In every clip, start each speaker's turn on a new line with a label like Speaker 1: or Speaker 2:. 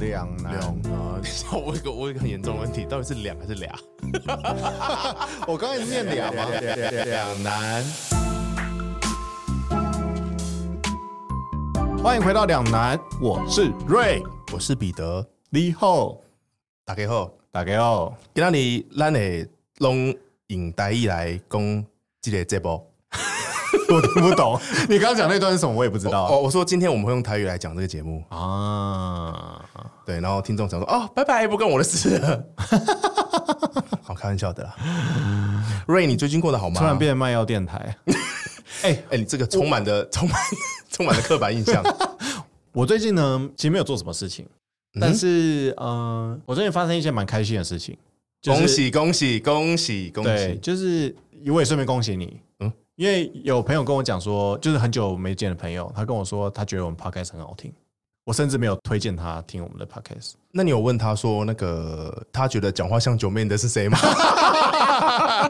Speaker 1: 两 难。
Speaker 2: 两啊！等一下，我有一个我有一个很严重的问题，到底是两还是俩？
Speaker 1: 我刚才是念两啊 吗？
Speaker 2: 两难。
Speaker 1: 欢迎回到两难，我是瑞
Speaker 2: 我是彼得，
Speaker 1: 李厚，
Speaker 2: 打开后，
Speaker 1: 大家好。
Speaker 2: 今天你咱会拢用台语来讲这个节目。
Speaker 1: 哦我听不懂， 你刚刚讲那段是什么？我也不知道
Speaker 2: 哦，我说今天我们会用台语来讲这个节目，
Speaker 1: 哦啊。
Speaker 2: 对，然后听众想说哦，拜拜，不关我的 事了。好，开玩笑的啦。瑞，你最近过得好吗？
Speaker 1: 突然变成卖药电台。
Speaker 2: 哎哎，你这个充满
Speaker 1: 哦
Speaker 2: 的充满 充满了刻板印象。
Speaker 1: 我最近呢，其实没有做什么事情，但是呃，我最近发生一件蛮开心的事情。 就是
Speaker 2: 恭喜恭喜恭喜恭
Speaker 1: 对，
Speaker 2: 喜！
Speaker 1: 就是我也顺便恭喜你，
Speaker 2: 嗯
Speaker 1: 嗯，因为有朋友跟我讲说，就是很久没见的朋友，他跟我说他觉得我们 podcast 很好听，我甚至没有推荐他听我们的 podcast。
Speaker 2: 那你有问他说那个他觉得讲话像九妹的是谁吗？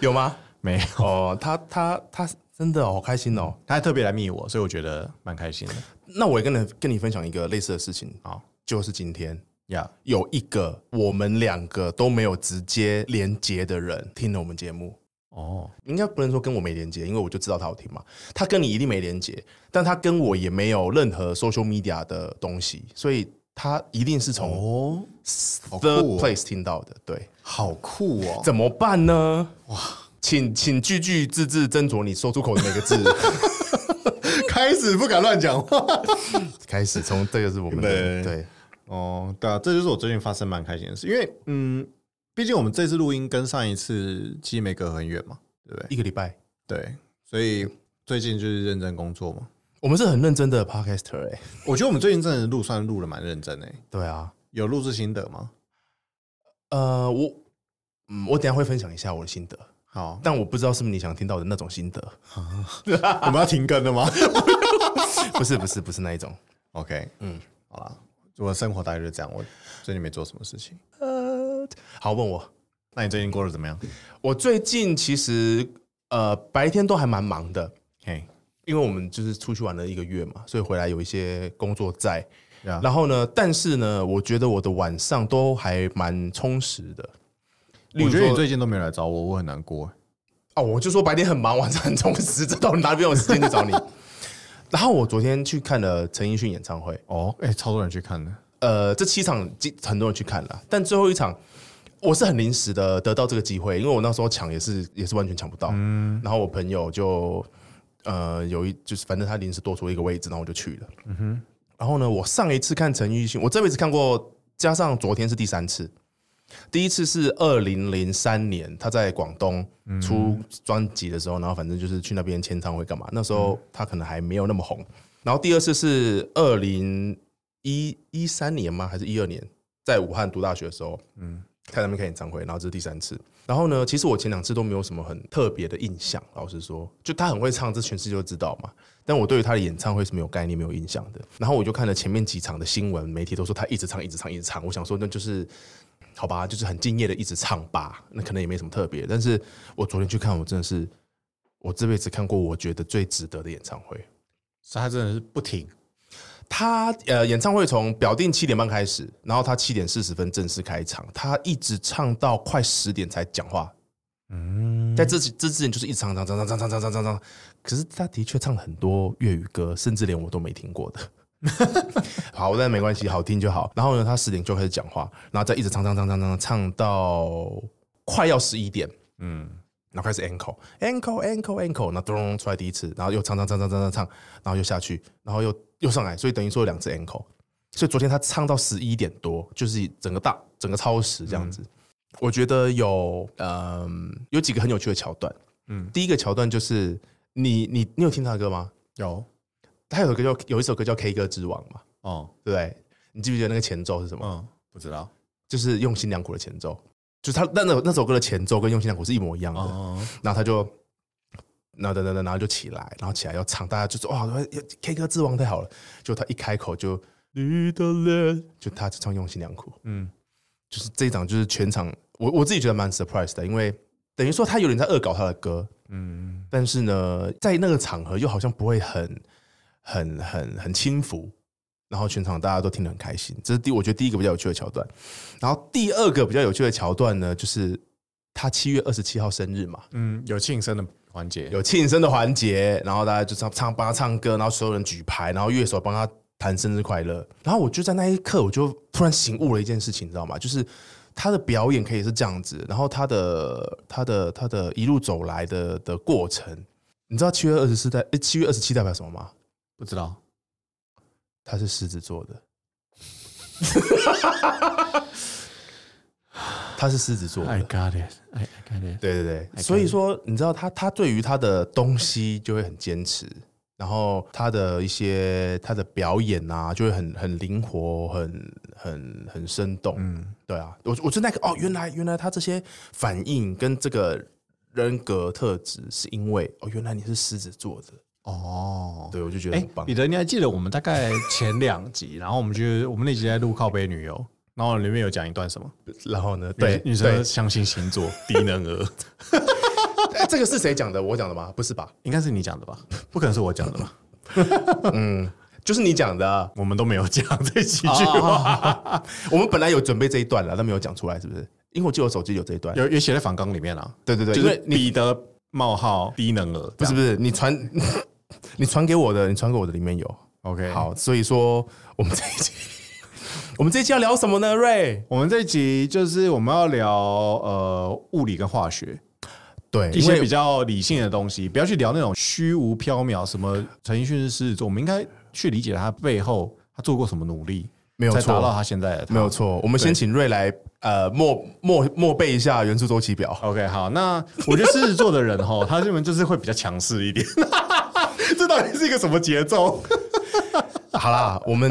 Speaker 2: 有吗？
Speaker 1: 没 有，
Speaker 2: 哦，他他他真的哦好开心哦。
Speaker 1: 他还特别来密我，所以我觉得蛮开心的。
Speaker 2: 那我也跟你跟你分享一个类似的事情啊
Speaker 1: 好，
Speaker 2: 就是今天
Speaker 1: 呀、
Speaker 2: 有一个我们两个都没有直接连接的人听了我们节目。
Speaker 1: 哦，
Speaker 2: 应该不能说跟我没连接，因为我就知道他有听嘛。他跟你一定没连接，但他跟我也没有任何 social media 的东西，所以他一定是从
Speaker 1: 哦，好酷
Speaker 2: third
Speaker 1: 哦
Speaker 2: place 听到的。对，
Speaker 1: 好酷哦！
Speaker 2: 怎么办呢？哇，请请句句字字斟酌你说出口的每个 字。
Speaker 1: 开始不敢乱讲 话。
Speaker 2: 开始从这个是我们的
Speaker 1: 对
Speaker 2: 对，
Speaker 1: 哦，对啊，这就是我最近发生蛮开心的事，因为嗯，毕竟我们这次录音跟上一次其实没隔很远嘛，对不对？
Speaker 2: 一个礼拜，
Speaker 1: 对，所以最近就是认真工作嘛。
Speaker 2: 我们是很认真的 podcaster 哎、
Speaker 1: 我觉得我们最近真的录算录的蛮认真诶、
Speaker 2: 对啊，
Speaker 1: 有录制心得吗？
Speaker 2: 呃，我嗯，我等一下会分享一下我的心得，，
Speaker 1: 好
Speaker 2: 但我不知道是不是你想听到的那种心 得，
Speaker 1: 我们要停更了 吗
Speaker 2: 不是不是不是那一种。
Speaker 1: ？OK，嗯，好啦，我的生活大概就是这样。我最近没做什么事情，
Speaker 2: 呃，好，问我，
Speaker 1: 那你最近过得怎么样？
Speaker 2: 我最近其实呃白天都还蛮忙的，
Speaker 1: 嘿，
Speaker 2: 因为我们就是出去玩了一个月嘛，所以回来有一些工作在。
Speaker 1: 然
Speaker 2: 然后呢，但是呢，我觉得我的晚上都还蛮充实的。例
Speaker 1: 我
Speaker 2: 如
Speaker 1: 觉得你
Speaker 2: 说
Speaker 1: 最近都没有来找我，我很难过欸。
Speaker 2: 哦，我就说白天很忙， 晚上很充实，这到底哪边有时间去找你？ 然后我昨天去看了陈奕迅演唱会，
Speaker 1: 哦，哎、超多人去看的。
Speaker 2: 呃，这七场几很多人去看了，但最后一场我是很临时的得到这个机会，因为我那时候抢也是也是完全抢不到，然后我朋友就呃有一就是反正他临时多出了一个位置，然后我就去了，嗯哼，然后呢，我上一次看陈奕迅，我这辈子看过，加上昨天是第三次。第一次是二零零三年，他在广东出专辑的时候，然后反正就是去那边签唱会干嘛。那时候他可能还没有那么红。然后第二次是二零一一三年吗？还是一二年？在武汉读大学的时候，嗯，在那边开演唱会，然后这是第三次。然后呢，其实我前两次都没有什么很特别的印象，老实说，就他很会唱，这全世界都知道嘛。但我对于他的演唱会是没有概念、没有印象的。然后我就看了前面几场的新闻，媒体都说他一直唱、一直唱、一直唱。我想说，那就是好吧，就是很敬业的一直唱吧，那可能也没什么特别。但是我昨天去看，我真的是我这辈子看过我觉得最值得的演唱会。
Speaker 1: 所以他真的是不停，
Speaker 2: 他呃，演唱会从表定七点半开始，然后他七点四十分正式开场，他一直唱到快十点才讲话。嗯，在这之这之前就是一直唱唱唱唱唱唱唱唱唱唱，可是他的确唱了很多粤语歌，甚至连我都没听过的。好，但没关系，好听就好。然后呢，他十点就开始讲话，然后再一直唱唱唱唱唱唱到快要十一点，
Speaker 1: 嗯，
Speaker 2: 然后开始 ankle ankle ankle ankle，然后咚出来第一次，然后又唱唱唱唱唱唱唱，然后又下去，然后又又上来，所以等于说有两次 ankle。所以昨天他唱到十一点多，就是整个大整个超时这样子。我觉得有嗯有几个很有趣的桥段。嗯
Speaker 1: 嗯，
Speaker 2: 第一个桥段就是你你你有听他的歌吗？
Speaker 1: 有
Speaker 2: 他有一个叫有一首歌叫《K 歌之王》嘛，
Speaker 1: 哦，
Speaker 2: 对不对？你记不记得那个前奏是什么？
Speaker 1: 嗯，不知道
Speaker 2: 就是用心良苦的前奏，就是他那那那首歌的前奏跟用心良苦是一模一样的。
Speaker 1: 哦，
Speaker 2: 然后他就，然后等等等，然后就起来，然后起来要唱，大家就说哇，K 歌之王太好了。就他一开口就你的脸，就他就唱用心良苦，
Speaker 1: 嗯，
Speaker 2: 就是这一场就是全场，我我自己觉得蛮 surprise 的，因为等于说他有点在恶搞他的歌，
Speaker 1: 嗯，
Speaker 2: 但是呢，在那个场合又好像不会很很很很轻浮，然后全场大家都听得很开心，这是第我觉得第一个比较有趣的桥段。然后第二个比较有趣的桥段呢，就是他七月二十七号生日嘛，
Speaker 1: 嗯，有庆生的环节，
Speaker 2: 有庆生的环节，然后大家就唱唱帮他唱歌，然后所有人举牌，然后乐手帮他弹生日快乐。然后我就在那一刻，我就突然醒悟了一件事情，你知道吗？就是他的表演可以是这样子，然后他的他的他的一路走来的的过程，你知道七月二十四代七月二十七代表什么吗？
Speaker 1: 不知道
Speaker 2: 他是狮子座的，他是狮子座的。
Speaker 1: got it, I, I got it。以
Speaker 2: 对对对，所以说你知道他他对于他的东西就会很坚持，然后他的一些他的表演啊，就会很很灵活，很很很生动。
Speaker 1: 嗯，
Speaker 2: 对啊，我我就那个哦，原来原来他这些反应跟这个人格特质是因为哦，原来你是狮子座的，
Speaker 1: 哦，
Speaker 2: 对我就觉得
Speaker 1: 哎
Speaker 2: 很棒。，
Speaker 1: 彼得，你还记得我们大概前两集，然后我们去我们那集在录靠背女友，然后里面有讲一段什么？
Speaker 2: 然后呢，对
Speaker 1: 女女
Speaker 2: 对
Speaker 1: 生相信星座，低能 儿，
Speaker 2: 哎，这个是谁讲的？我讲的吗？不是吧？
Speaker 1: 应该是你讲的吧？不可能是我讲的 吧？
Speaker 2: 就是你讲的啊、
Speaker 1: 我们都没有讲这几句
Speaker 2: 哦
Speaker 1: 话，
Speaker 2: 我们本来有准备这一段了，但没有讲出来，是不是？因为我记得我手机有这一段。
Speaker 1: 有也写在反纲里面啊，
Speaker 2: 对对哦对，
Speaker 1: 就
Speaker 2: 因
Speaker 1: 是
Speaker 2: 为你
Speaker 1: 彼得冒号低能儿，
Speaker 2: 不是不是你传 你传给我的，你传给我的里面有。
Speaker 1: OK，
Speaker 2: 好，所以说我们这一期 我们这一期要聊什么呢？瑞，
Speaker 1: 我们这一集就是我们要聊呃物理跟化学
Speaker 2: 对，
Speaker 1: 一
Speaker 2: 因
Speaker 1: 些
Speaker 2: 为
Speaker 1: 比较理性的东西，不要去聊那种虚无缥缈。什么陈奕迅是狮子座，我们应该去理解他背后他做过什么努力，
Speaker 2: 没有
Speaker 1: 才达到
Speaker 2: 错，
Speaker 1: 他现在的他
Speaker 2: 没有错。我们先请瑞来呃默默默背一下元素周期表。
Speaker 1: OK，好，那我觉得狮子座的人 哈，他这边就是会比较强势一点。 这到底是一个什么节奏？
Speaker 2: 好啦，我 们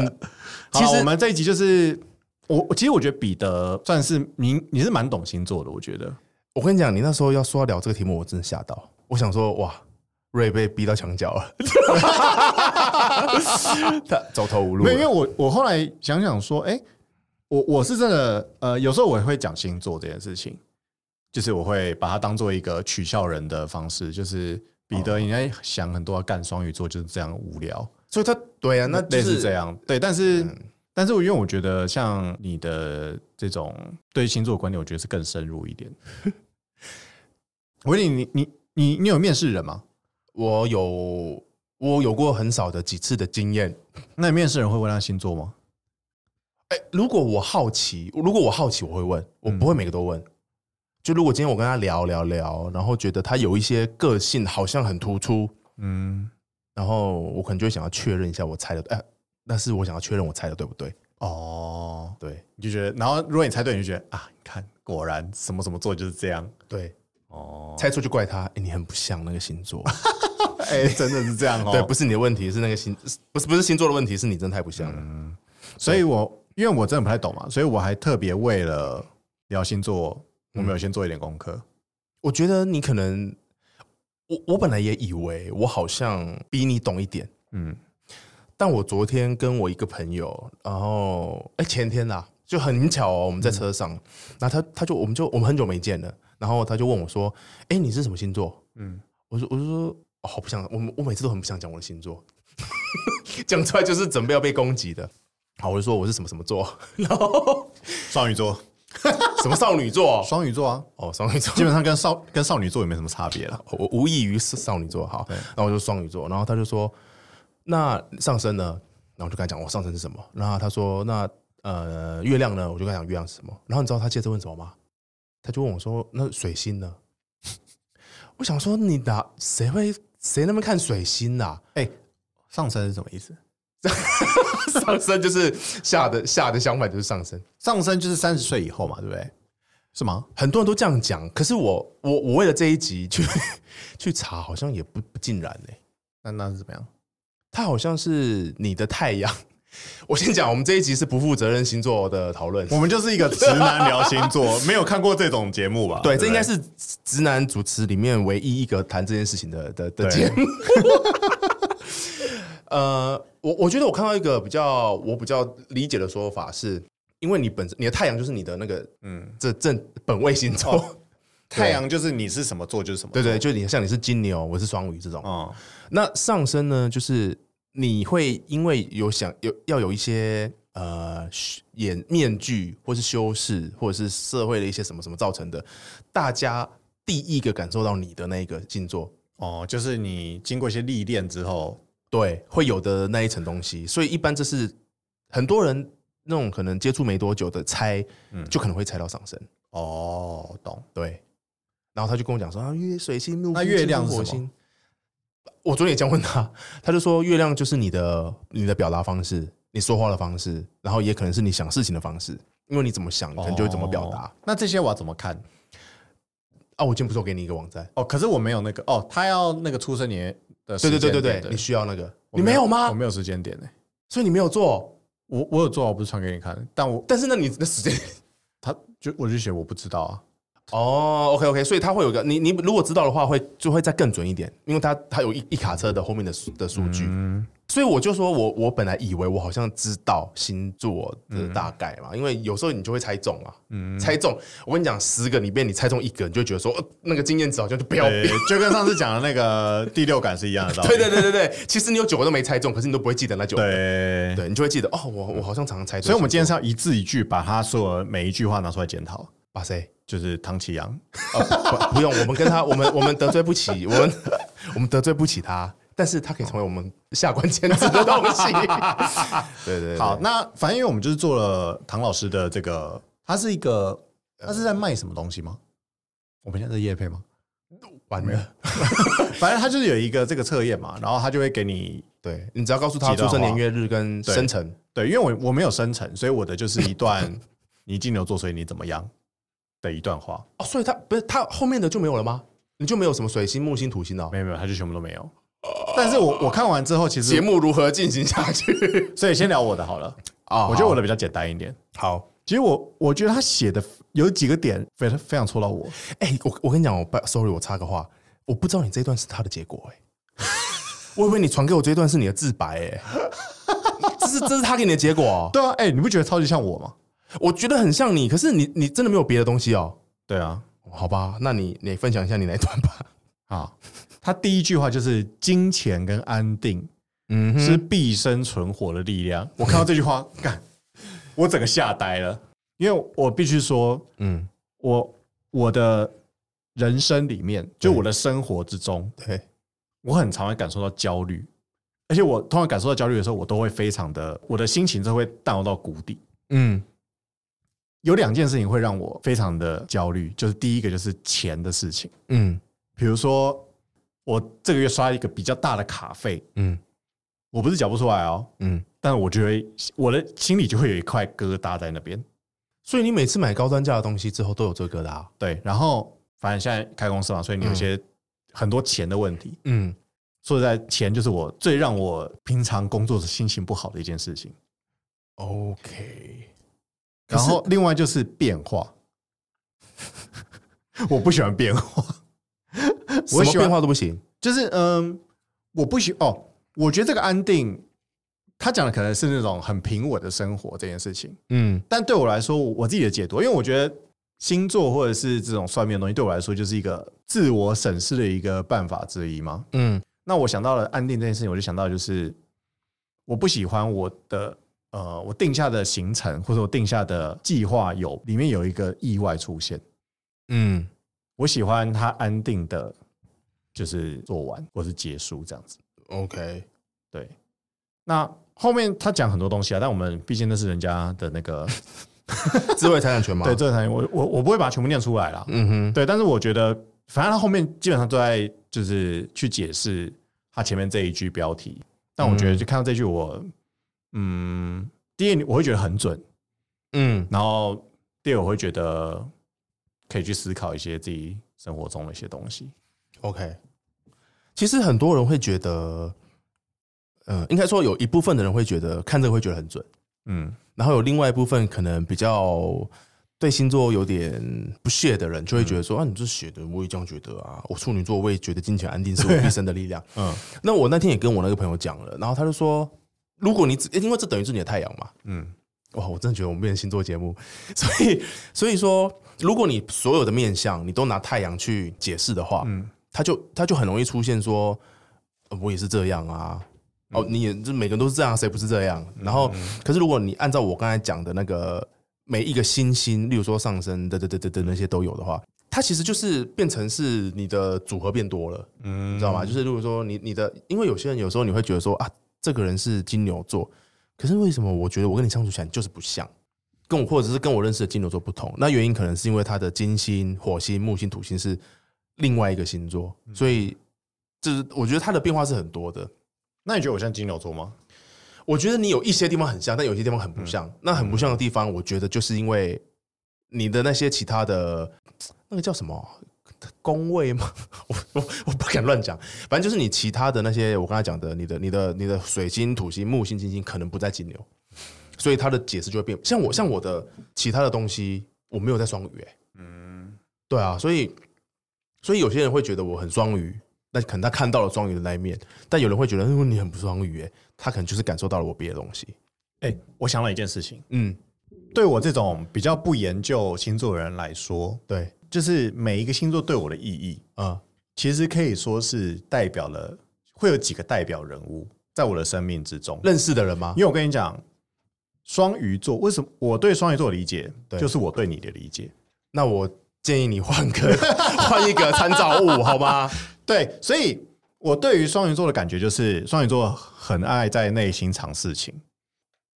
Speaker 1: 其
Speaker 2: 其
Speaker 1: 实
Speaker 2: 实
Speaker 1: 我们这一集就是我，我其实我觉得彼得算是你，你是蛮懂星座的，我觉得。
Speaker 2: 我跟你讲，你那时候要说要聊这个题目，我真的吓到。我想说，哇，瑞被逼到墙角了， 他走投无路
Speaker 1: 没有，因为
Speaker 2: 了。
Speaker 1: 我我后来想想说，哎、我我是真的，呃，有时候我也会讲星座这件事情，就是我会把它当做一个取笑人的方式，就是彼得应该想很多要干双鱼座就是这样无聊，
Speaker 2: 所以他对啊，那
Speaker 1: 类
Speaker 2: 就
Speaker 1: 似
Speaker 2: 是嗯
Speaker 1: 这样，对，但是。但是，因为我觉得像你的这种对星座的观点，我觉得是更深入一点。 我问你，你你你你有面试人吗？
Speaker 2: 我有我有过很少的几次的经验。
Speaker 1: 那你面试人会问他星座吗？
Speaker 2: 哎、如果我好奇，如果我好奇，我会问，我不会每个都问。就如果今天我跟他聊聊聊，然后觉得他有一些个性好像很突出，
Speaker 1: 嗯，
Speaker 2: 然后我可能就会想要确认一下我猜的，哎、但是我想要确认我猜的对不对？
Speaker 1: 哦，
Speaker 2: 对
Speaker 1: 你就觉得，然后如果你猜对，你就觉得啊，你看，果然什么什么座就是这样
Speaker 2: 对，
Speaker 1: 哦，
Speaker 2: 猜错就怪他，哎、你很不像那个星座。
Speaker 1: 哎、真的是这 样哦。
Speaker 2: 对，不是你的问题，是那个星，不是不是星座的问题，是你真的太不像了。
Speaker 1: 所以我因为我真的不太懂嘛，所以我还特别为了聊星座，我们有先做一点功课。
Speaker 2: 我觉得你可能，我我本来也以为我好像比你懂一点，
Speaker 1: 嗯，
Speaker 2: 但我昨天跟我一个朋友，然后哎前天啦、就很巧哦，我们在车上，然后他他就我们就我们很久没见了，然后他就问我说：“哎，你是什么星座？”
Speaker 1: 嗯
Speaker 2: 嗯，我说我就说、哦、好不想，我我每次都很不想讲我的星座， 讲出来就是准备要被攻击的。好，我就说我是什么什么座，然后
Speaker 1: 双鱼座，
Speaker 2: 什么少女座
Speaker 1: 双鱼座啊，
Speaker 2: 哦，双鱼座
Speaker 1: 基本上跟少跟少女座也没什么差别了。
Speaker 2: 我无异于是少女座，好，
Speaker 1: 对
Speaker 2: 然后我就双鱼座，然后他就说，那上升呢？然后我就跟他讲我上升是什么，然后他说那呃月亮呢？我就跟他讲月亮是什么，然后你知道他接着问什么吗？他就问我说那水星呢？我想说你哪谁会谁那么看水星啊呐、
Speaker 1: 哎、上升是什么意思？
Speaker 2: 上升就是下的下的相反就是上升，
Speaker 1: 上升就是三十岁以后嘛，对不对？是吗？
Speaker 2: 很多人都这样讲，可是我我我为了这一集去 去查，好像也不不尽然呢、欸
Speaker 1: 那那是怎么样？
Speaker 2: 它好像是你的太阳。 我先讲，我们这一集是不负责任星座的讨论。
Speaker 1: 我们就是一个直男聊星座， 没有看过这种节目吧？
Speaker 2: 对，
Speaker 1: 不
Speaker 2: 这应该是直男主持里面唯一一个谈这件事情的的
Speaker 1: 对
Speaker 2: 的节目。 呃，我我觉得我看到一个比较我比较理解的说法是，因为你本身你的太阳就是你的那个
Speaker 1: 嗯，哦
Speaker 2: 这正本位星座，
Speaker 1: 太阳就是你是什么座就是什么，嗯
Speaker 2: 对对，就你像你是金牛，我是双鱼这种。
Speaker 1: 哦，
Speaker 2: 那上升呢，就是你会因为有想有要有一些呃虚掩面具，或是修饰，或者是社会的一些什么什么造成的，大家第一个感受到你的那个静坐，
Speaker 1: 哦，就是你经过一些历练之后，
Speaker 2: 对，会有的那一层东西。所以一般这是很多人那种可能接触没多久的猜，就可能会猜到上身。
Speaker 1: 哦，懂。
Speaker 2: 对，然后他就跟我讲说啊，月水星、木
Speaker 1: 那
Speaker 2: 星
Speaker 1: 月亮
Speaker 2: 金木
Speaker 1: 是
Speaker 2: 火
Speaker 1: 什么
Speaker 2: 星。我昨天也这样问他，他就说月亮就是你的你的表达方式，你说话的方式，然后也可能是你想事情的方式，因为你怎么想，你可能就会怎么表达。
Speaker 1: 哦那这些我要怎么看？
Speaker 2: 啊，我今天不是有给你一个网站？
Speaker 1: 哦，可是我没有那个哦，他要那个出生年的
Speaker 2: 对
Speaker 1: 时
Speaker 2: 对
Speaker 1: 间
Speaker 2: 对
Speaker 1: 点
Speaker 2: 对
Speaker 1: 的，
Speaker 2: 对，你需要那个，
Speaker 1: 我
Speaker 2: 你没有吗
Speaker 1: 我？没有时间点呢、
Speaker 2: 所以你没有做，
Speaker 1: 我我有做，我不是传给你看，但我
Speaker 2: 但是那你的时间
Speaker 1: 他就我就写我不知道啊。
Speaker 2: 哦，OK OK，所以他会有一个你你如果知道的话，会就会再更准一点，因为他他有一一卡车的后面的数的数据，
Speaker 1: 嗯，
Speaker 2: 所以我就说我我本来以为我好像知道星座的大概
Speaker 1: 嗯
Speaker 2: 嘛，因为有时候你就会猜中啊，猜中。我跟你讲，十个里面你猜中一个，你就觉得说、呃那个经验值好像就标
Speaker 1: 对
Speaker 2: 标。，
Speaker 1: 就跟上次讲的那个第六感是一样的道理。
Speaker 2: 对对对对对，其实你有九个都没猜中，可是你都不会记得那九个，
Speaker 1: 对
Speaker 2: 对，你就会记得哦，我我好像常常猜中。
Speaker 1: 所以我们今天是要一字一句把他所有的每一句话拿出来检讨，
Speaker 2: 把谁？
Speaker 1: 就是唐启阳。
Speaker 2: 哦不不用，我们跟他，我们我们得罪不起，我们我们得罪不起他，但是他可以成为我们下关签字的东 西。对对对，
Speaker 1: 好，那反正因为我们就是做了唐老师的这个，他是一个，他是在卖什么东西吗？我们现在在夜配吗？
Speaker 2: 完了，
Speaker 1: 反正他就是有一个这个测验嘛，然后他就会给你
Speaker 2: 对你只要告诉他
Speaker 1: 几段
Speaker 2: 出
Speaker 1: 话
Speaker 2: 生年月日跟
Speaker 1: 对
Speaker 2: 生辰。
Speaker 1: 对，因为我我没有生成，所以我的就是一段你金牛座，所以你怎么样的一段话，
Speaker 2: 哦，所以他不是他后面的就没有了吗？你就没有什么水星、木星、土星哦？
Speaker 1: 没有没有，他就全部都没有。但是我我看完之后，其
Speaker 2: 节
Speaker 1: 实
Speaker 2: 目如何进行下去
Speaker 1: 所以先聊我的好了，
Speaker 2: 啊
Speaker 1: 我觉得我
Speaker 2: 的
Speaker 1: 的比较简单一点。
Speaker 2: 好。
Speaker 1: 其实我我觉得他写的有几个点非常非常戳到我，
Speaker 2: 哎、我我跟你讲，我不 sorry，我插个话，我不知道你这一段是他的结果哎、 我以为你传给我这一段是你的自白哎、 这是这是他给你的结果、哦，
Speaker 1: 对啊，哎、你不觉得超级像我吗？
Speaker 2: 我觉得很像你，可是你你真的没有别的东西哦？
Speaker 1: 对啊，
Speaker 2: 好吧，那你你分享一下你那一段吧。
Speaker 1: 啊，他第一句话就是金钱跟安定
Speaker 2: 嗯
Speaker 1: 是毕生存活的力量。我看到这句话，干，我整个吓呆了，因为我必须说，
Speaker 2: 嗯，
Speaker 1: 我我的人生里面，就我的生活之中，
Speaker 2: 对，
Speaker 1: 我很常会感受到焦虑，而且我通常感受到焦虑的时候，我都会非常的，我的心情就会荡到谷底。
Speaker 2: 嗯
Speaker 1: 有两件事情会让我非常的焦虑，就是第一个就是钱的事情，
Speaker 2: 嗯
Speaker 1: 比如说我这个月刷一个比较大的卡费，
Speaker 2: 嗯
Speaker 1: 我不是缴不出来哦，
Speaker 2: 嗯，
Speaker 1: 但我就会我的心里就会有一块疙瘩在那边。
Speaker 2: 所以你每次买高端价的东西之后都有这个的、啊，
Speaker 1: 对，然后反正现在开公司嘛，所以你有一些很多钱的问题。
Speaker 2: 嗯。
Speaker 1: 说实在，钱就是我最让我平常工作时心情不好的一件事情。
Speaker 2: OK，可
Speaker 1: 然
Speaker 2: 是
Speaker 1: 后另外就是变化， 我不喜欢变化，
Speaker 2: 我
Speaker 1: 我
Speaker 2: 什么
Speaker 1: 喜欢
Speaker 2: 变化都不行。
Speaker 1: 就是嗯，我不喜哦，我觉得这个安定，他讲的可能是那种很平稳的生活这件事情。
Speaker 2: 嗯
Speaker 1: 但对我来说，我我自己的解读，因为我觉得星座或者是这种算命的东西，对我来说就是一个自我审视的一个办法之一嘛。
Speaker 2: 嗯
Speaker 1: 那我想到了安定这件事情，我就想到就是我不喜欢我的呃，我定下的行程或者我定下的计划有里面有一个意外出现，
Speaker 2: 嗯，
Speaker 1: 我喜欢它安定的，就是做完或是结束这样子。
Speaker 2: OK，
Speaker 1: 对，那后面他讲很多东西啊，但我们毕竟那是人家的那个
Speaker 2: 智慧财产权嘛。
Speaker 1: 对这个产业，我我我不会把它全部念出来啦。
Speaker 2: 嗯哼，
Speaker 1: 对，但是我觉得，反正他后面基本上都在就是去解释他前面这一句标题。但我觉得，就看到这句我，嗯，第一我会觉得很准，
Speaker 2: 嗯
Speaker 1: 然后第二我会觉得可以去思考一些自己生活中的一些东西。
Speaker 2: ，OK。其实很多人会觉得，呃，应该说有一部分的人会觉得看这个会觉得很准，
Speaker 1: 嗯，
Speaker 2: 然后有另外一部分可能比较对星座有点不屑的人，就会觉得说、啊，你这写的我也这样觉得啊，我处女座我也觉得金钱安定是我毕生的力量。
Speaker 1: 嗯
Speaker 2: 嗯，那我那天也跟我那个朋友讲了，然后他就说，如果你只因为这等于是你的太阳嘛，
Speaker 1: 嗯
Speaker 2: 嗯，哇，我真的觉得我们变成星座节目，所以 所以说，如果你所有的面相你都拿太阳去解释的话，嗯，他就他就很容易出现说，呃我也是这样啊，嗯哦，你也就每个人都是这样，谁不是这样？然后，可是如果你按照我刚才讲的那个每一个星星，例如说上升等等等等等那些都有的话，它其实就是变成是你的组合变多了，你知道吗？就是如果说你你的，因为有些人有时候你会觉得说啊，这个人是金牛座，可是为什么我觉得我跟你相处起来就是不像？跟我或者是跟我认识的金牛座不同，那原因可能是因为他的金星、火星、木星、土星是另外一个星座，所以就是我觉得它的变化是很多的。
Speaker 1: 那你觉得我像金牛座吗？
Speaker 2: 我觉得你有一些地方很像，但有些地方很不像。那很不像的地方，我觉得就是因为你的那些其他的那个叫什么宫位吗？ 我我我不敢乱讲，反正就是你其他的那些我刚才讲的，你的你的你的水星、土星、木星、金星可能不在金牛，所以它的解释就会变。像我像我的其他的东西，我没有在双鱼、欸，对啊，所以所以有些人会觉得我很双鱼，那可能他看到了双鱼的那一面，但有人会觉得，嗯，你很不双鱼，哎，他可能就是感受到了我别的东西。
Speaker 1: 哎、我想了一件事情，
Speaker 2: 嗯，
Speaker 1: 对我这种比较不研究星座的人来说，
Speaker 2: 对，
Speaker 1: 就是每一个星座对我的意义，
Speaker 2: 啊、
Speaker 1: 其实可以说是代表了会有几个代表人物在我的生命之中。
Speaker 2: 认识的人吗？
Speaker 1: 因为我跟你讲，双鱼座为什么我对双鱼座的理解，
Speaker 2: 对
Speaker 1: 就是我对你的理解。
Speaker 2: 那我建议你换个 换一个参照物，好吗？
Speaker 1: 对，所以我对于双鱼座的感觉就是，双鱼座很爱在内心藏事情，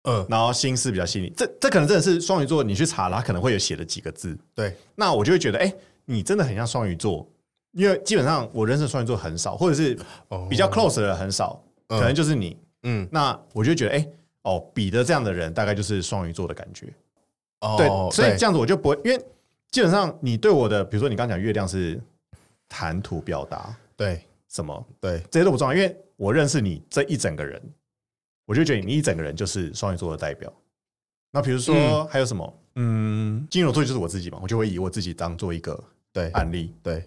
Speaker 2: 嗯，
Speaker 1: 然后心思比较细腻。这这可能真的是双鱼座，你去查了，他可能会有写的几个字。
Speaker 2: 对，
Speaker 1: 那我就会觉得，哎、你真的很像双鱼座，因为基本上我认识的双鱼座很少，或者是
Speaker 2: 哦
Speaker 1: 比较 close 的人很少，
Speaker 2: 嗯
Speaker 1: 可能就是你。
Speaker 2: 嗯，
Speaker 1: 那我就觉得，哎、哦，彼得这样的人大概就是双鱼座的感觉。
Speaker 2: 哦
Speaker 1: 对，所以这样子我就不会，因为基本上你对我的，比如说你刚讲月亮是谈吐表达
Speaker 2: 对
Speaker 1: 什么，
Speaker 2: 对，
Speaker 1: 这些都不重要，因为我认识你这一整个人，我就觉得你一整个人就是双鱼座的代表。那比如说
Speaker 2: 嗯
Speaker 1: 还有什么，嗯，金牛座就是我自己嘛，我就会以我自己当做一个
Speaker 2: 对
Speaker 1: 案例。
Speaker 2: 对，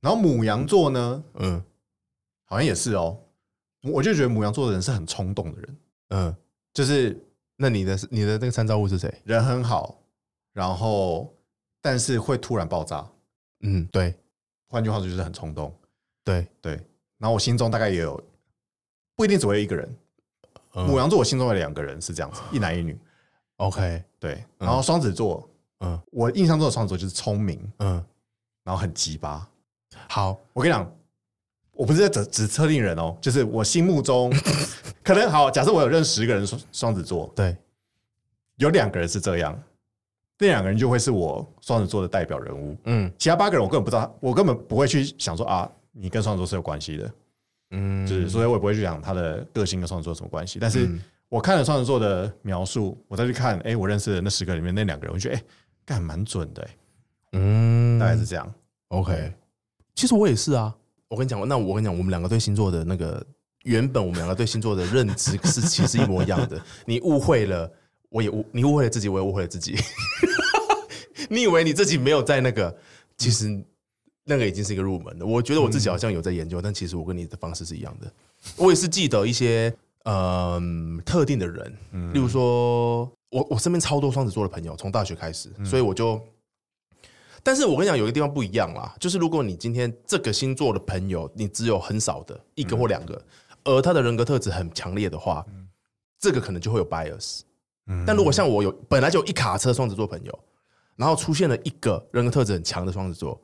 Speaker 1: 然后母羊座呢，
Speaker 2: 啊嗯
Speaker 1: 好像也是哦，我就觉得母羊座的人是很冲动的人，
Speaker 2: 嗯，
Speaker 1: 就是
Speaker 2: 那你的你的那个参照物是谁？
Speaker 1: 人很好，然后但是会突然爆炸。
Speaker 2: 嗯，对
Speaker 1: 换句话说，就是很冲动。
Speaker 2: 对，
Speaker 1: 对，然后我心中大概也有，不一定只会有一个人。
Speaker 2: 嗯
Speaker 1: 母羊座我心中有两个人是这样 子，一男一女。
Speaker 2: OK，
Speaker 1: 对，然后双子座，
Speaker 2: 嗯
Speaker 1: 我印象中的双子座就是聪明，
Speaker 2: 嗯，
Speaker 1: 然后很鸡巴。
Speaker 2: 好，
Speaker 1: 我跟你讲，我不是在指指特定人哦，就是我心目 中可能好，假设我有认识一个人双双子座，
Speaker 2: 对，
Speaker 1: 有两个人是这样，那两个人就会是我双子座的代表人物。
Speaker 2: 嗯
Speaker 1: 其他八个人我根本不知道，我根本不会去想说啊，你跟双子座是有关系的。
Speaker 2: 嗯，
Speaker 1: 就是所以我也不会去讲他的个性跟双子座有什么关系。但是我看了双子座的描述，我再去看，哎、我认识的那十个里面那两个人，我觉得哎，诶干、蛮准的、诶
Speaker 2: 嗯，
Speaker 1: 大概是这样。
Speaker 2: OK，其实我也是啊。我跟你讲，那我跟你讲，我们两个对星座的那个原本我们两个对星座的认知 是其实一模一样的。你误会了，我也误你误会了自己，我也误会了自己。 你以为你自己没有在那个，其实那个已经是一个入门了。我觉得我自己好像有在研究，但其实我跟你的方式是一样的。我也是记得一些嗯、特定的人，例如说我我身边超多双子座的朋友，从大学开始，所以我就。但是我跟你讲，有一个地方不一样啦，就是如果你今天这个星座的朋友，你只有很少的一个或两个，而他的人格特质很强烈的话，这个可能就会有 bias。但如果像我有本来就有一卡车双子座朋友，然后出现了一个人格特质很强的双子座，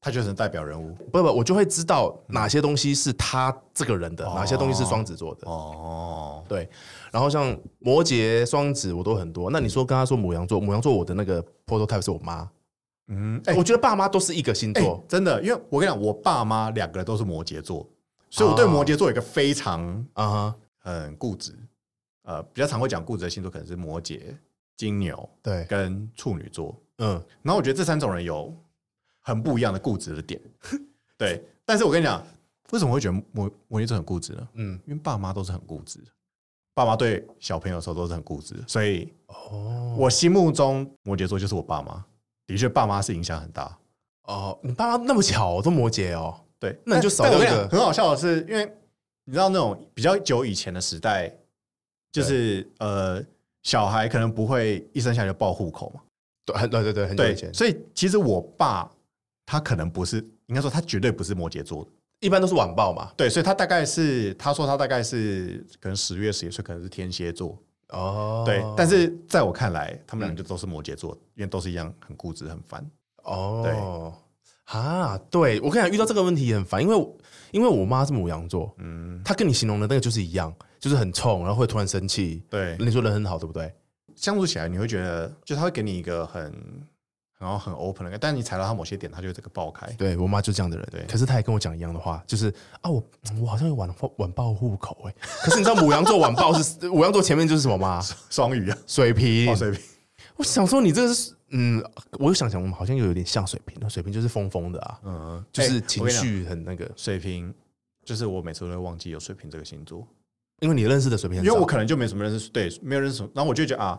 Speaker 1: 他就是代表人物
Speaker 2: 不不，我就会知道哪些东西是他这个人的，哪些东西是双子座的。
Speaker 1: 哦，
Speaker 2: 对，然后像摩羯、双子我都很多。那你说跟他说母羊座，母羊座我的那个 prototype 是我妈，
Speaker 1: 嗯，哎、
Speaker 2: 我觉得爸妈都是一个星
Speaker 1: 哎
Speaker 2: 哦座。
Speaker 1: 真的，因为我跟你讲，我爸妈两个人都是摩羯座，所以我对
Speaker 2: 哦
Speaker 1: 摩羯座有一个非常
Speaker 2: 啊哈，
Speaker 1: 很固执，呃，比较常会讲固执的星座可能是摩羯、金牛
Speaker 2: 对，
Speaker 1: 跟处女座。
Speaker 2: 嗯，
Speaker 1: 然后我觉得这三种人有很不一样的固执的点， 对。但是我跟你讲，为什么会觉得摩摩羯座很固执呢？
Speaker 2: 嗯，
Speaker 1: 因为爸妈都是很固执的，爸妈对小朋友的时候都是很固执的，所以
Speaker 2: 哦，
Speaker 1: 我心目中摩羯座就是我爸妈。的确，爸妈是影响很大。
Speaker 2: 哦，你爸妈那么巧、哦，都摩羯哦，
Speaker 1: 对，
Speaker 2: 那你就
Speaker 1: 但
Speaker 2: 少掉
Speaker 1: 但我
Speaker 2: 一
Speaker 1: 跟你
Speaker 2: 个
Speaker 1: 讲很好笑的是，因为你知道那种比较久以前的时代，就是呃，小孩可能不会一生下来就报户口嘛。
Speaker 2: 对，很对对对，很久
Speaker 1: 对
Speaker 2: 以前，
Speaker 1: 所以其实我爸他可能不是，应该说他绝对不是摩羯座的。
Speaker 2: 一般都是晚报嘛。
Speaker 1: 对，所以他大概是他说他大概是可能十月十一岁，可能是天蝎座。
Speaker 2: 哦，嗯
Speaker 1: 对，但是在我看来，他们两个就都是摩羯座，因为都是一样很固执、很烦。
Speaker 2: 哦，啊，对我跟你讲，遇到这个问题也很烦，因为我因为我妈是母羊座，嗯，她跟你形容的那个就是一样，就是很冲，然后会突然生气。
Speaker 1: 对，
Speaker 2: 你说人很好，对不对？
Speaker 1: 相处起来你会觉得，就他会给你一个很然后很 open 的感觉，但你踩到他某些点，他就会这个爆 开。
Speaker 2: 对我妈就这样的人，
Speaker 1: 对
Speaker 2: 可是她也跟我讲一样的话，就是啊，我我好像有晚报晚报户口 哎、可是你知道母羊座晚报是母羊座前面就是什么 吗？
Speaker 1: 双鱼啊，
Speaker 2: 水瓶。
Speaker 1: 哦，水瓶，
Speaker 2: 我想说你这个是嗯，我就想想，我们好像有点像水瓶，那水瓶就是疯疯的啊，
Speaker 1: 嗯，
Speaker 2: 就是
Speaker 1: 哎
Speaker 2: 情
Speaker 1: 我跟你讲
Speaker 2: 绪很那个。
Speaker 1: 水瓶，就是我每次都会忘记有水瓶这个星座，
Speaker 2: 因为你认识的水瓶
Speaker 1: 因
Speaker 2: 很
Speaker 1: 为
Speaker 2: 少，
Speaker 1: 我可能就没什么认识，对，没有认识什么，然后我就觉得啊，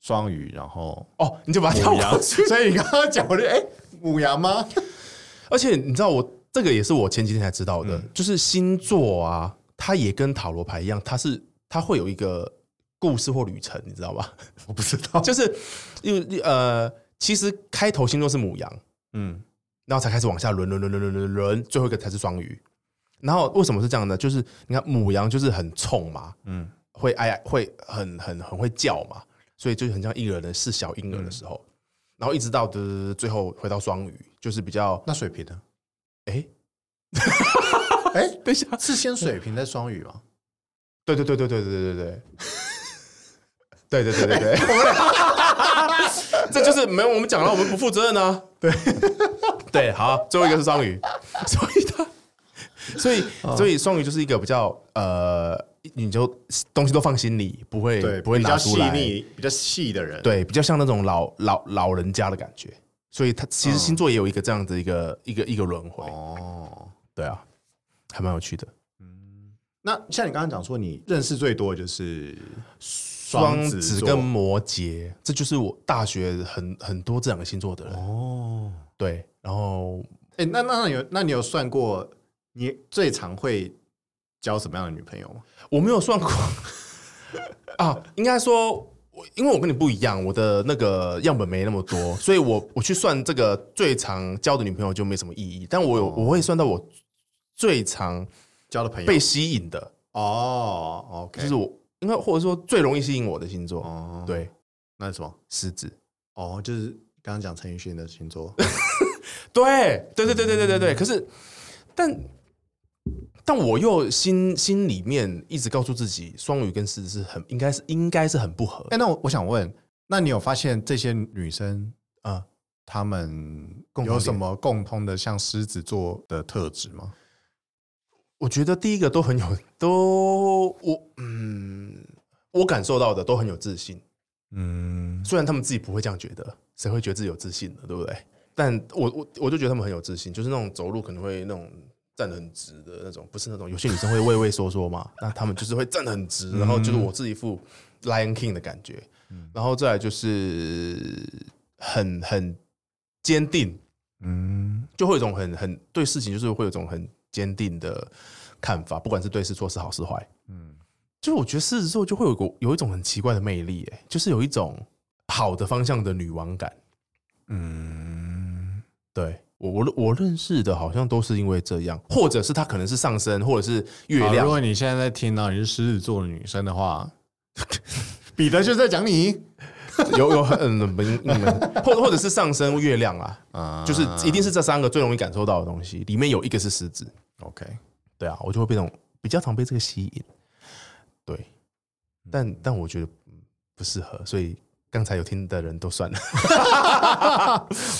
Speaker 1: 双鱼，然后
Speaker 2: 哦，你就把它跳
Speaker 1: 母
Speaker 2: 过
Speaker 1: 羊，
Speaker 2: 去。
Speaker 1: 所以你刚刚讲，我就哎、母羊吗？
Speaker 2: 而且你知道我，这个也是我前几天才知道的，
Speaker 1: 嗯
Speaker 2: 就是星座啊，它也跟塔罗牌一样，它是它会有一个故事或旅程，你知道吧？
Speaker 1: 我不知道，
Speaker 2: 就是因为呃，其实开头星座是母羊，
Speaker 1: 嗯，
Speaker 2: 然后才开始往下轮轮轮轮轮轮轮，最后一个才是双鱼。然后为什么是这样呢？就是你看母羊就是很冲嘛，
Speaker 1: 嗯
Speaker 2: 嗯，会哎会很很很会叫嘛，所以就很像婴儿的是小婴儿的时候，然后一直到的最后回到双鱼，就是比较
Speaker 1: 那水瓶呢？
Speaker 2: 哎
Speaker 1: 哎、
Speaker 2: 等一下
Speaker 1: 是先水瓶再双鱼吗？
Speaker 2: 对对对对对对对对 对，对对对对对， 这就是没有我们讲了，我们不负责任啊。对 对，好，最后一个是双鱼， 所以他，所以所以双鱼就是一个比较呃，你就东西都放心里，不会不会
Speaker 1: 比
Speaker 2: 拿
Speaker 1: 较
Speaker 2: 出
Speaker 1: 细
Speaker 2: 来，
Speaker 1: 腻、比较细的人，，
Speaker 2: 对，比较像那种老老老人家的感觉。所以他其实星座也有一个这样的一个一个一个轮回，
Speaker 1: 哦。
Speaker 2: 对啊，还蛮有趣的。
Speaker 1: 那像你刚刚讲说，你认识最多的就是双
Speaker 2: 双
Speaker 1: 子
Speaker 2: 子
Speaker 1: 座
Speaker 2: 跟摩羯，这就是我大学很很多这两个星座的人。
Speaker 1: 哦，
Speaker 2: 对，然后
Speaker 1: 哎、那那那你有那你有算过你最常会交什么样的女朋友吗？
Speaker 2: 我没有算过 啊，应该说，我因为我跟你不一样，我的那个样本没那么多，所以我我去算这个最常交的女朋友就没什么意义。但我有、
Speaker 1: 哦
Speaker 2: 我会算到我最常
Speaker 1: 交的朋友
Speaker 2: 被吸引的，
Speaker 1: 哦，OK，
Speaker 2: 就是我应该或者说最容易吸引我的星座，
Speaker 1: 哦，，
Speaker 2: 对，
Speaker 1: 那是什么？
Speaker 2: 狮子。
Speaker 1: 哦，就是刚刚讲陈奕迅的星座，
Speaker 2: 对，对对对对对对对。可是，但但我又心心里面一直告诉自己，双鱼跟狮子是很应该是应该是很不合
Speaker 1: 哎、那我我想问，那你有发现这些女生呃
Speaker 2: 啊、
Speaker 1: 她们
Speaker 2: 共同
Speaker 1: 有
Speaker 2: 点
Speaker 1: 什么共通的像狮子座的特质吗？
Speaker 2: 我觉得第一个都很有，都我嗯，我感受到的都很有自信。
Speaker 1: 嗯，
Speaker 2: 虽然他们自己不会这样觉得，谁会觉得自己有自信呢？对不对？但我我我就觉得他们很有自信，就是那种走路可能会那种站得很直的那种，不是那种有些女生会畏畏缩缩嘛， 那他们就是会站得很直，然后就是我自己一副 Lion King 的感觉，然后再来就是很很坚定，
Speaker 1: 嗯，
Speaker 2: 就会有一种很很对事情就是会有一种很坚定的看法，不管是对是错，是好是坏。
Speaker 1: 嗯
Speaker 2: 嗯，就是我觉得狮子座就会有个有一种很奇怪的魅力、哎，就是有一种好的方向的女王感。
Speaker 1: 嗯，
Speaker 2: 对我我我认识的好像都是因为这样，或者是他可能是上升，或者是月
Speaker 1: 好
Speaker 2: 亮
Speaker 1: 如。果你现在在听啊到你是狮子座的女生的 话，彼得就在讲你
Speaker 2: 有有很嗯，嗯嗯或或者是上升月亮啊，
Speaker 1: 啊
Speaker 2: 就是一定是这三个最容易感受到的东西，里面有一个是狮子，
Speaker 1: OK，
Speaker 2: 对啊，我就会被这种比较常被这个吸引，对，但但我觉得嗯不适合，所以刚才有听的人都算了，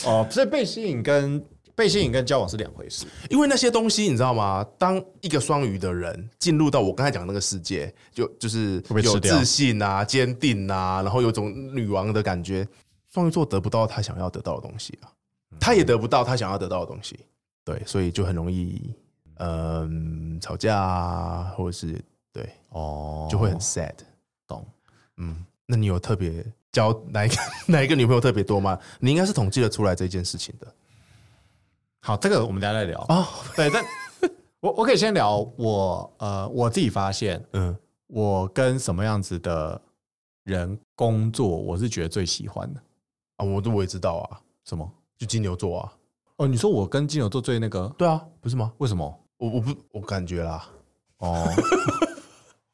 Speaker 1: 哦，所以被吸引跟被吸引跟交往是两回事。
Speaker 2: 因为那些东西你知道吗？当一个双鱼的人进入到我刚才讲的那个世界，就就是
Speaker 1: 被吃
Speaker 2: 有
Speaker 1: 掉
Speaker 2: 自信啊、坚定啊，然后有种女王的感觉，双鱼座得不到他想要得到的东西啊，他也得不到他想要得到的东西，对，所以就很容易嗯、吵架啊，或者是对，
Speaker 1: 哦
Speaker 2: 就会很 sad。
Speaker 1: 懂。
Speaker 2: 嗯，那你有特别交 哪一个哪一个女朋友特别多吗？你应该是统计得出来这件事情的
Speaker 1: 好，这个我们等一下再聊。
Speaker 2: 哦。
Speaker 1: 对，但我我可以先聊我呃我自己发现
Speaker 2: 嗯，
Speaker 1: 我跟什么样子的人工作，我是觉得最喜欢的。
Speaker 2: 啊，我我也知道啊，
Speaker 1: 什么？
Speaker 2: 就金牛座啊，
Speaker 1: 哦，你说我跟金牛座最那个？
Speaker 2: 对啊，不是吗？
Speaker 1: 为什么？
Speaker 2: 我我我不我感觉啦，
Speaker 1: 哦，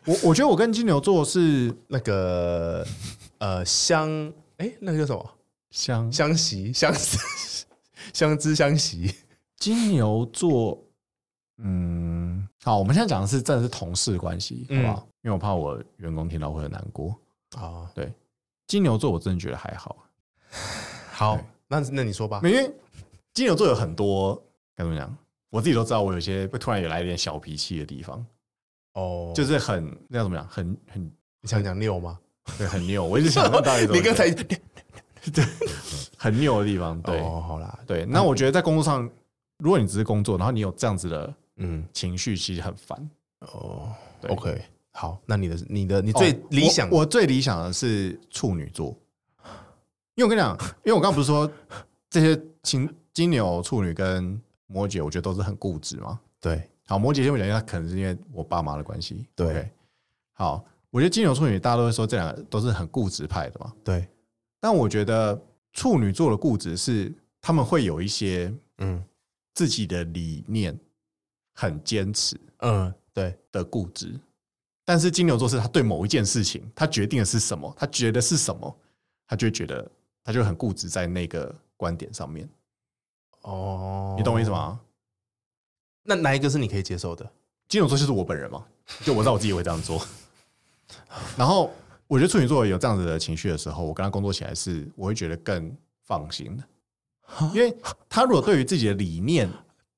Speaker 1: 我我觉得我跟金牛座是
Speaker 2: 那个呃相哎，那个叫什么
Speaker 1: 相
Speaker 2: 相惜相思 相知相惜，
Speaker 1: 金牛座，嗯，好，我们现在讲的是真的是同事关系，好不好？因为我怕我员工听到会很难过。哦
Speaker 2: 啊，
Speaker 1: 金牛座我真的觉得还好，
Speaker 2: 好
Speaker 1: 对，
Speaker 2: 那那你说吧，
Speaker 1: 因为金牛座有很多该怎么讲，我自己都知道，我有些会突然有来一点小脾气的地方，
Speaker 2: 哦，
Speaker 1: 就是是很那要怎么讲，很很
Speaker 2: 你想讲六吗？
Speaker 1: 对很扭。我一直想到到底怎么
Speaker 2: 你刚才
Speaker 1: 很扭的地方，对、
Speaker 2: 哦，好啦，
Speaker 1: 对。那我觉得在工作上，如果你只是工作，然后你有这样子的
Speaker 2: 嗯，
Speaker 1: 情绪，其实很烦。
Speaker 2: 哦
Speaker 1: 对哦
Speaker 2: ，OK，好，那你的你的你最理想
Speaker 1: 我，我最理想的是处女座，因为我跟你讲，因为我刚刚不是说这些金金牛、处女跟摩羯，我觉得都是很固执嘛。
Speaker 2: 对
Speaker 1: 好，摩羯先不讲，因为他可能是因为我爸妈的关系。
Speaker 2: 对
Speaker 1: OK 好，我觉得金牛、处女大家都会说这两个都是很固执派的嘛，
Speaker 2: 对，
Speaker 1: 但我觉得处女座的固执是他们会有一些
Speaker 2: 嗯
Speaker 1: 自己的理念很坚持
Speaker 2: 嗯对，
Speaker 1: 的固执，但是金牛座是他对某一件事情，他决定的是什么，他觉得是什么，他就会觉得他就很固执在那个观点上面，
Speaker 2: 哦，
Speaker 1: 你懂我意思？吗？
Speaker 2: 那哪一个是你可以接受的？
Speaker 1: 金牛座就是我本人嘛，就我知道我自己会这样做。 然后我觉得处女座有这样子的情绪的时候，我跟他工作起来是我会觉得更放心的，因为他如果对于自己的理念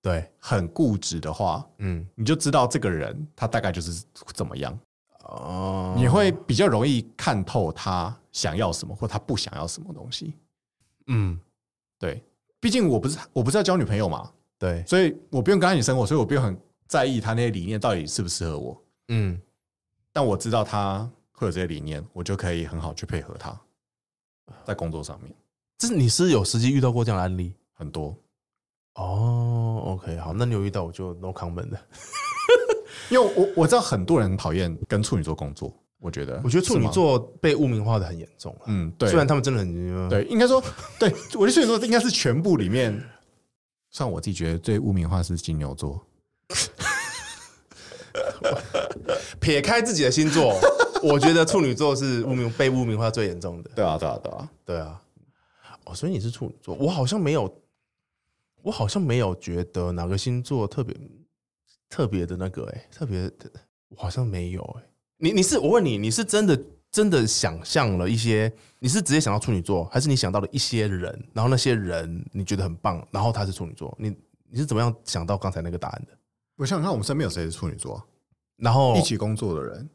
Speaker 2: 对，
Speaker 1: 很固执的话，
Speaker 2: 嗯，
Speaker 1: 你就知道这个人他大概就是怎么样。
Speaker 2: 哦，
Speaker 1: 你会比较容易看透他想要什么或他不想要什么东西。
Speaker 2: 嗯，
Speaker 1: 对，毕竟我不是我不是要交女朋友嘛，
Speaker 2: 对，
Speaker 1: 所以我不用跟他一起生活，所以我不用很在意他那些理念到底适不适合我。
Speaker 2: 嗯，
Speaker 1: 但我知道他会有这些理念，我就可以很好去配合他，在工作上面
Speaker 2: 这是你是有实际遇到过这样的案例？
Speaker 1: 很多。
Speaker 2: 哦，OK，好，那你有遇到我就 no comment 的。
Speaker 1: 因为我我知道很多人很讨厌跟处女座工作，我觉得
Speaker 2: 我觉得处女
Speaker 1: 是吗，
Speaker 2: 座被污名化的很严重了，
Speaker 1: 嗯，对，
Speaker 2: 虽然他们真的很，呃
Speaker 1: 对，应该说，对我觉得处女座应该是全部里面，算我自己觉得最污名化是金牛座。
Speaker 2: 撇开自己的 星座，我觉得处女座是污名被污名化最严重的。
Speaker 1: 对啊，对啊，对啊。
Speaker 2: 对啊，哦，所以你是处女座，我好像没有，我好像没有觉得哪个星座特别特别的那个、欸，特别的，我好像没有、欸，你你是我问你，你是真的真的想象了一些，你是直接想到处女座，还是你想到了一些人，然后那些人你觉得很棒，然后他是处女座，你你是怎么样想到刚才那个答案的？
Speaker 1: 我想想看，我们身边有谁是处女座啊、
Speaker 2: 然后
Speaker 1: 一起工作的人？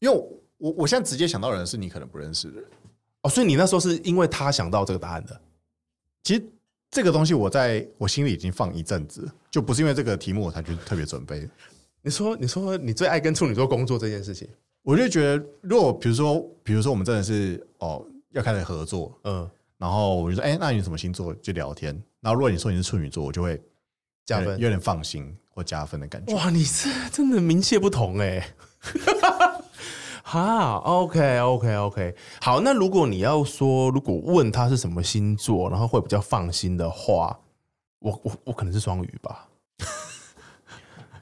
Speaker 1: 因为我我我现在直接想到的人是你可能不认识的人。
Speaker 2: 哦，所以你那时候是因为他想到这个答案的，
Speaker 1: 其实这个东西我在我心里已经放一阵子了，就不是因为这个题目我才去特别准备的。
Speaker 2: 你说你说你最爱跟处女座工作这件事情，
Speaker 1: 我就觉得，如果比如说，比如说我们真的是哦要开始合作，
Speaker 2: 嗯，
Speaker 1: 然后我就说，哎、那你什么星座？就聊天。然后如果你说你是处女座，我就会
Speaker 2: 加分
Speaker 1: 有点有点放心或加分的感觉。
Speaker 2: 哇，你这真的名切不同哎、 哈，OK OK OK，好，那如果你要说，如果问他是什么星座，然后会比较放心的话，我我我可能是双鱼吧。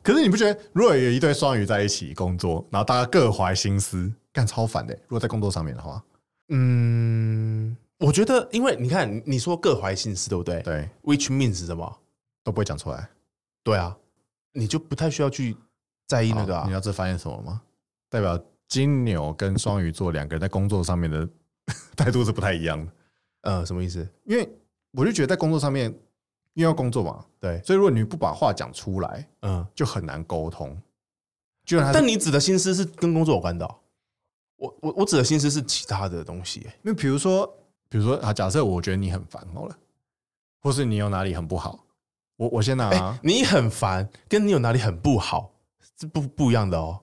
Speaker 1: 可是你不觉得，如果有一对双鱼在一起工作，然后大家各怀心思，干超烦的、如果在工作上面的话，
Speaker 2: 嗯，我觉得，因为你看，你你说各怀心思，对不对？
Speaker 1: 对，
Speaker 2: ，Which means 什么？
Speaker 1: 都不会讲出来。
Speaker 2: 对啊，你就不太需要去在意那个
Speaker 1: 好哦你
Speaker 2: 啊。
Speaker 1: 要这发现什么吗？代表金牛跟双鱼座两个人在工作上面的 态度是不太一样的，
Speaker 2: 呃，什么意思？
Speaker 1: 因为我就觉得在工作上面，因为要工作嘛，
Speaker 2: 对，
Speaker 1: 所以如果你不把话讲出来，
Speaker 2: 嗯，
Speaker 1: 就很难沟通。就算他是，
Speaker 2: 但你指的心思是跟工作有关的哦、我我我指的心思是其他的东西、欸
Speaker 1: 因为比如说，比如说啊，假设我觉得你很烦好了，或是你有哪里很不好，我我先拿、啊
Speaker 2: 哎、你很烦，跟你有哪里很不好是不不一样的哦。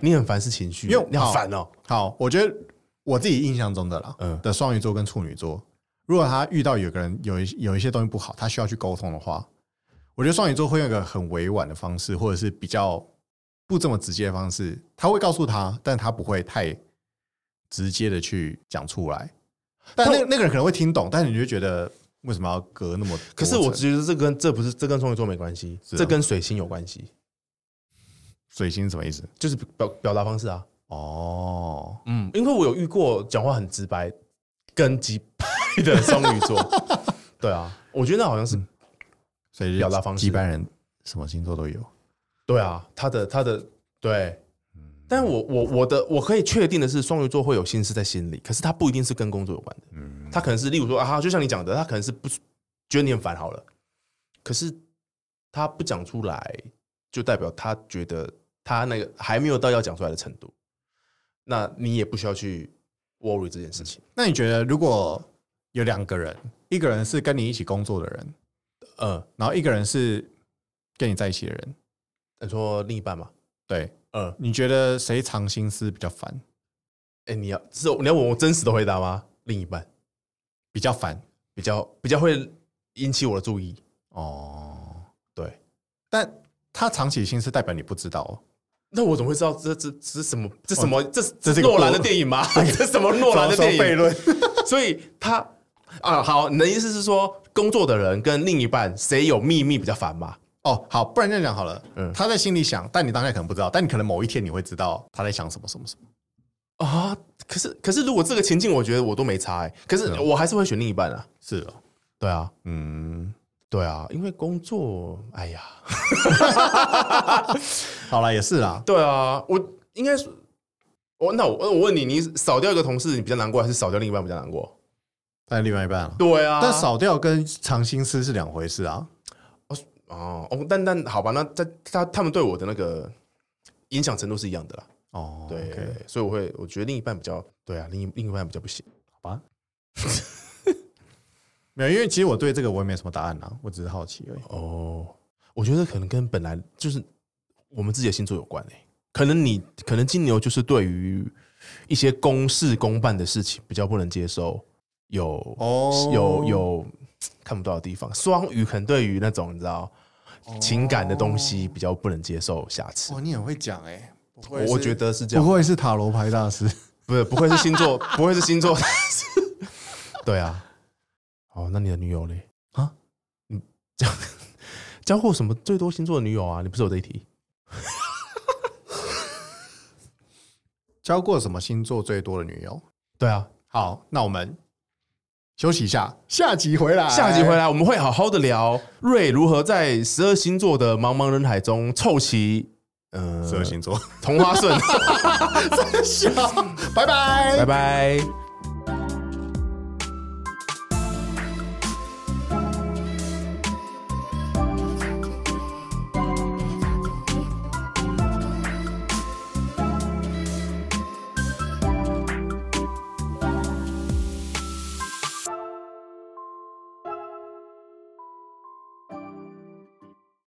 Speaker 2: 你很烦是情绪，
Speaker 1: 因为
Speaker 2: 你好烦哦。
Speaker 1: 好，我觉得我自己印象中的啦，
Speaker 2: 嗯
Speaker 1: 的双鱼座跟处女座，如果他遇到有个人有一有一些东西不好，他需要去沟通的话，我觉得双鱼座会用一个很委婉的方式，或者是比较不这么直接的方式，他会告诉他，但他不会太直接的去讲出来。但那
Speaker 2: 但
Speaker 1: 那个人可能会听懂，但是你就觉得为什么要隔那么多层？
Speaker 2: 可是我觉得这跟这不是这跟双鱼座没关系，
Speaker 1: 是啊
Speaker 2: 这跟水星有关系，
Speaker 1: 水星什么意思？
Speaker 2: 就是表表达方式啊。
Speaker 1: 哦，
Speaker 2: 嗯，因为我有遇过讲话很直白、跟极派的双鱼座，对啊，我觉得那好像是
Speaker 1: 所以
Speaker 2: 表达方式
Speaker 1: 一般人什么星座都有。
Speaker 2: 对啊，他的他的对，但我我我的我可以确定的是，双鱼座会有心事在心里，可是他不一定是跟工作有关的，嗯，他可能是例如说啊，就像你讲的，他可能是不觉得你很烦好了，可是他不讲出来，就代表他觉得他那个还没有到要讲出来的程度，那你也不需要去 worry 这件事情，
Speaker 1: 那你觉得，如果有两个人，一个人是跟你一起工作的人，
Speaker 2: 嗯，
Speaker 1: 然后一个人是跟你在一起的人，
Speaker 2: 你说另一半嘛，
Speaker 1: 对，
Speaker 2: 嗯，
Speaker 1: 你觉得谁藏心思比较烦？
Speaker 2: 哎，你要是你要问我真实的回答吗？另一半
Speaker 1: 比较烦
Speaker 2: 比较比较会引起我的注意，
Speaker 1: 哦，
Speaker 2: 对。
Speaker 1: 但他藏起心思代表你不知道、哦，
Speaker 2: 那我怎么会知道这这这是什么？这什么？这
Speaker 1: 这是一个
Speaker 2: 诺兰的
Speaker 1: 悖论
Speaker 2: 电影吗？ 这什么诺兰的电影？
Speaker 1: 论
Speaker 2: 所以他啊，好，你的意思是说，工作的人跟另一半谁有秘密比较烦嘛？
Speaker 1: 哦，好，不然这样讲好了，
Speaker 2: 嗯
Speaker 1: 他在心里想，但你当下可能不知道，但你可能某一天你会知道他在想什么什么什么。
Speaker 2: 啊，可是可是，如果这个情境，我觉得我都没差、欸，可是我还是会选另一半啊。
Speaker 1: 是哦，
Speaker 2: 对啊，
Speaker 1: 嗯，
Speaker 2: 对啊，因为工作，哎呀，
Speaker 1: 好了，也是啦，
Speaker 2: 对啊，我应该是我那我我问你，你少掉一个同事，你比较难过，还是少掉另一半比较难过？
Speaker 1: 但另外一半了。
Speaker 2: 对啊，
Speaker 1: 但少掉跟藏心思是两回事啊，
Speaker 2: 哦哦，但但好吧，那在他他们对我的那个影响程度是一样的啦。
Speaker 1: 哦，
Speaker 2: 对
Speaker 1: OK
Speaker 2: 所以我会我觉得另一半比较对啊，另一另一半比较不行。
Speaker 1: 好 吧。没有，因为其实我对这个我也没什么答案啦，我只是好奇而已。
Speaker 2: 哦，我觉得可能跟本来就是我们自己的星座有关诶、可能你可能金牛就是对于一些公事公办的事情比较不能接受，有、
Speaker 1: 哦
Speaker 2: 有有看不到的地方。双鱼可能对于那种你知道情感的东西比较不能接受瑕疵。
Speaker 1: 哦，你很会讲哎、不
Speaker 2: 我我觉得是这样
Speaker 1: 不，愧是塔罗牌大 师。
Speaker 2: 不是，不会是星座，不会是星座。 对啊，哦，那你的女友嘞？
Speaker 1: 啊，
Speaker 2: 你交 交过什么最多星座的女友啊？你不是有这一题？
Speaker 1: 交过什么星座最多的女友？
Speaker 2: 对啊，
Speaker 1: 好，那我们休息一下，下集回来。
Speaker 2: 下集回来我们会好好的聊瑞如何在十二星座的茫茫人海中凑齐，呃，
Speaker 1: 十二星座，
Speaker 2: 同花顺。
Speaker 1: 拜拜，
Speaker 2: 拜拜。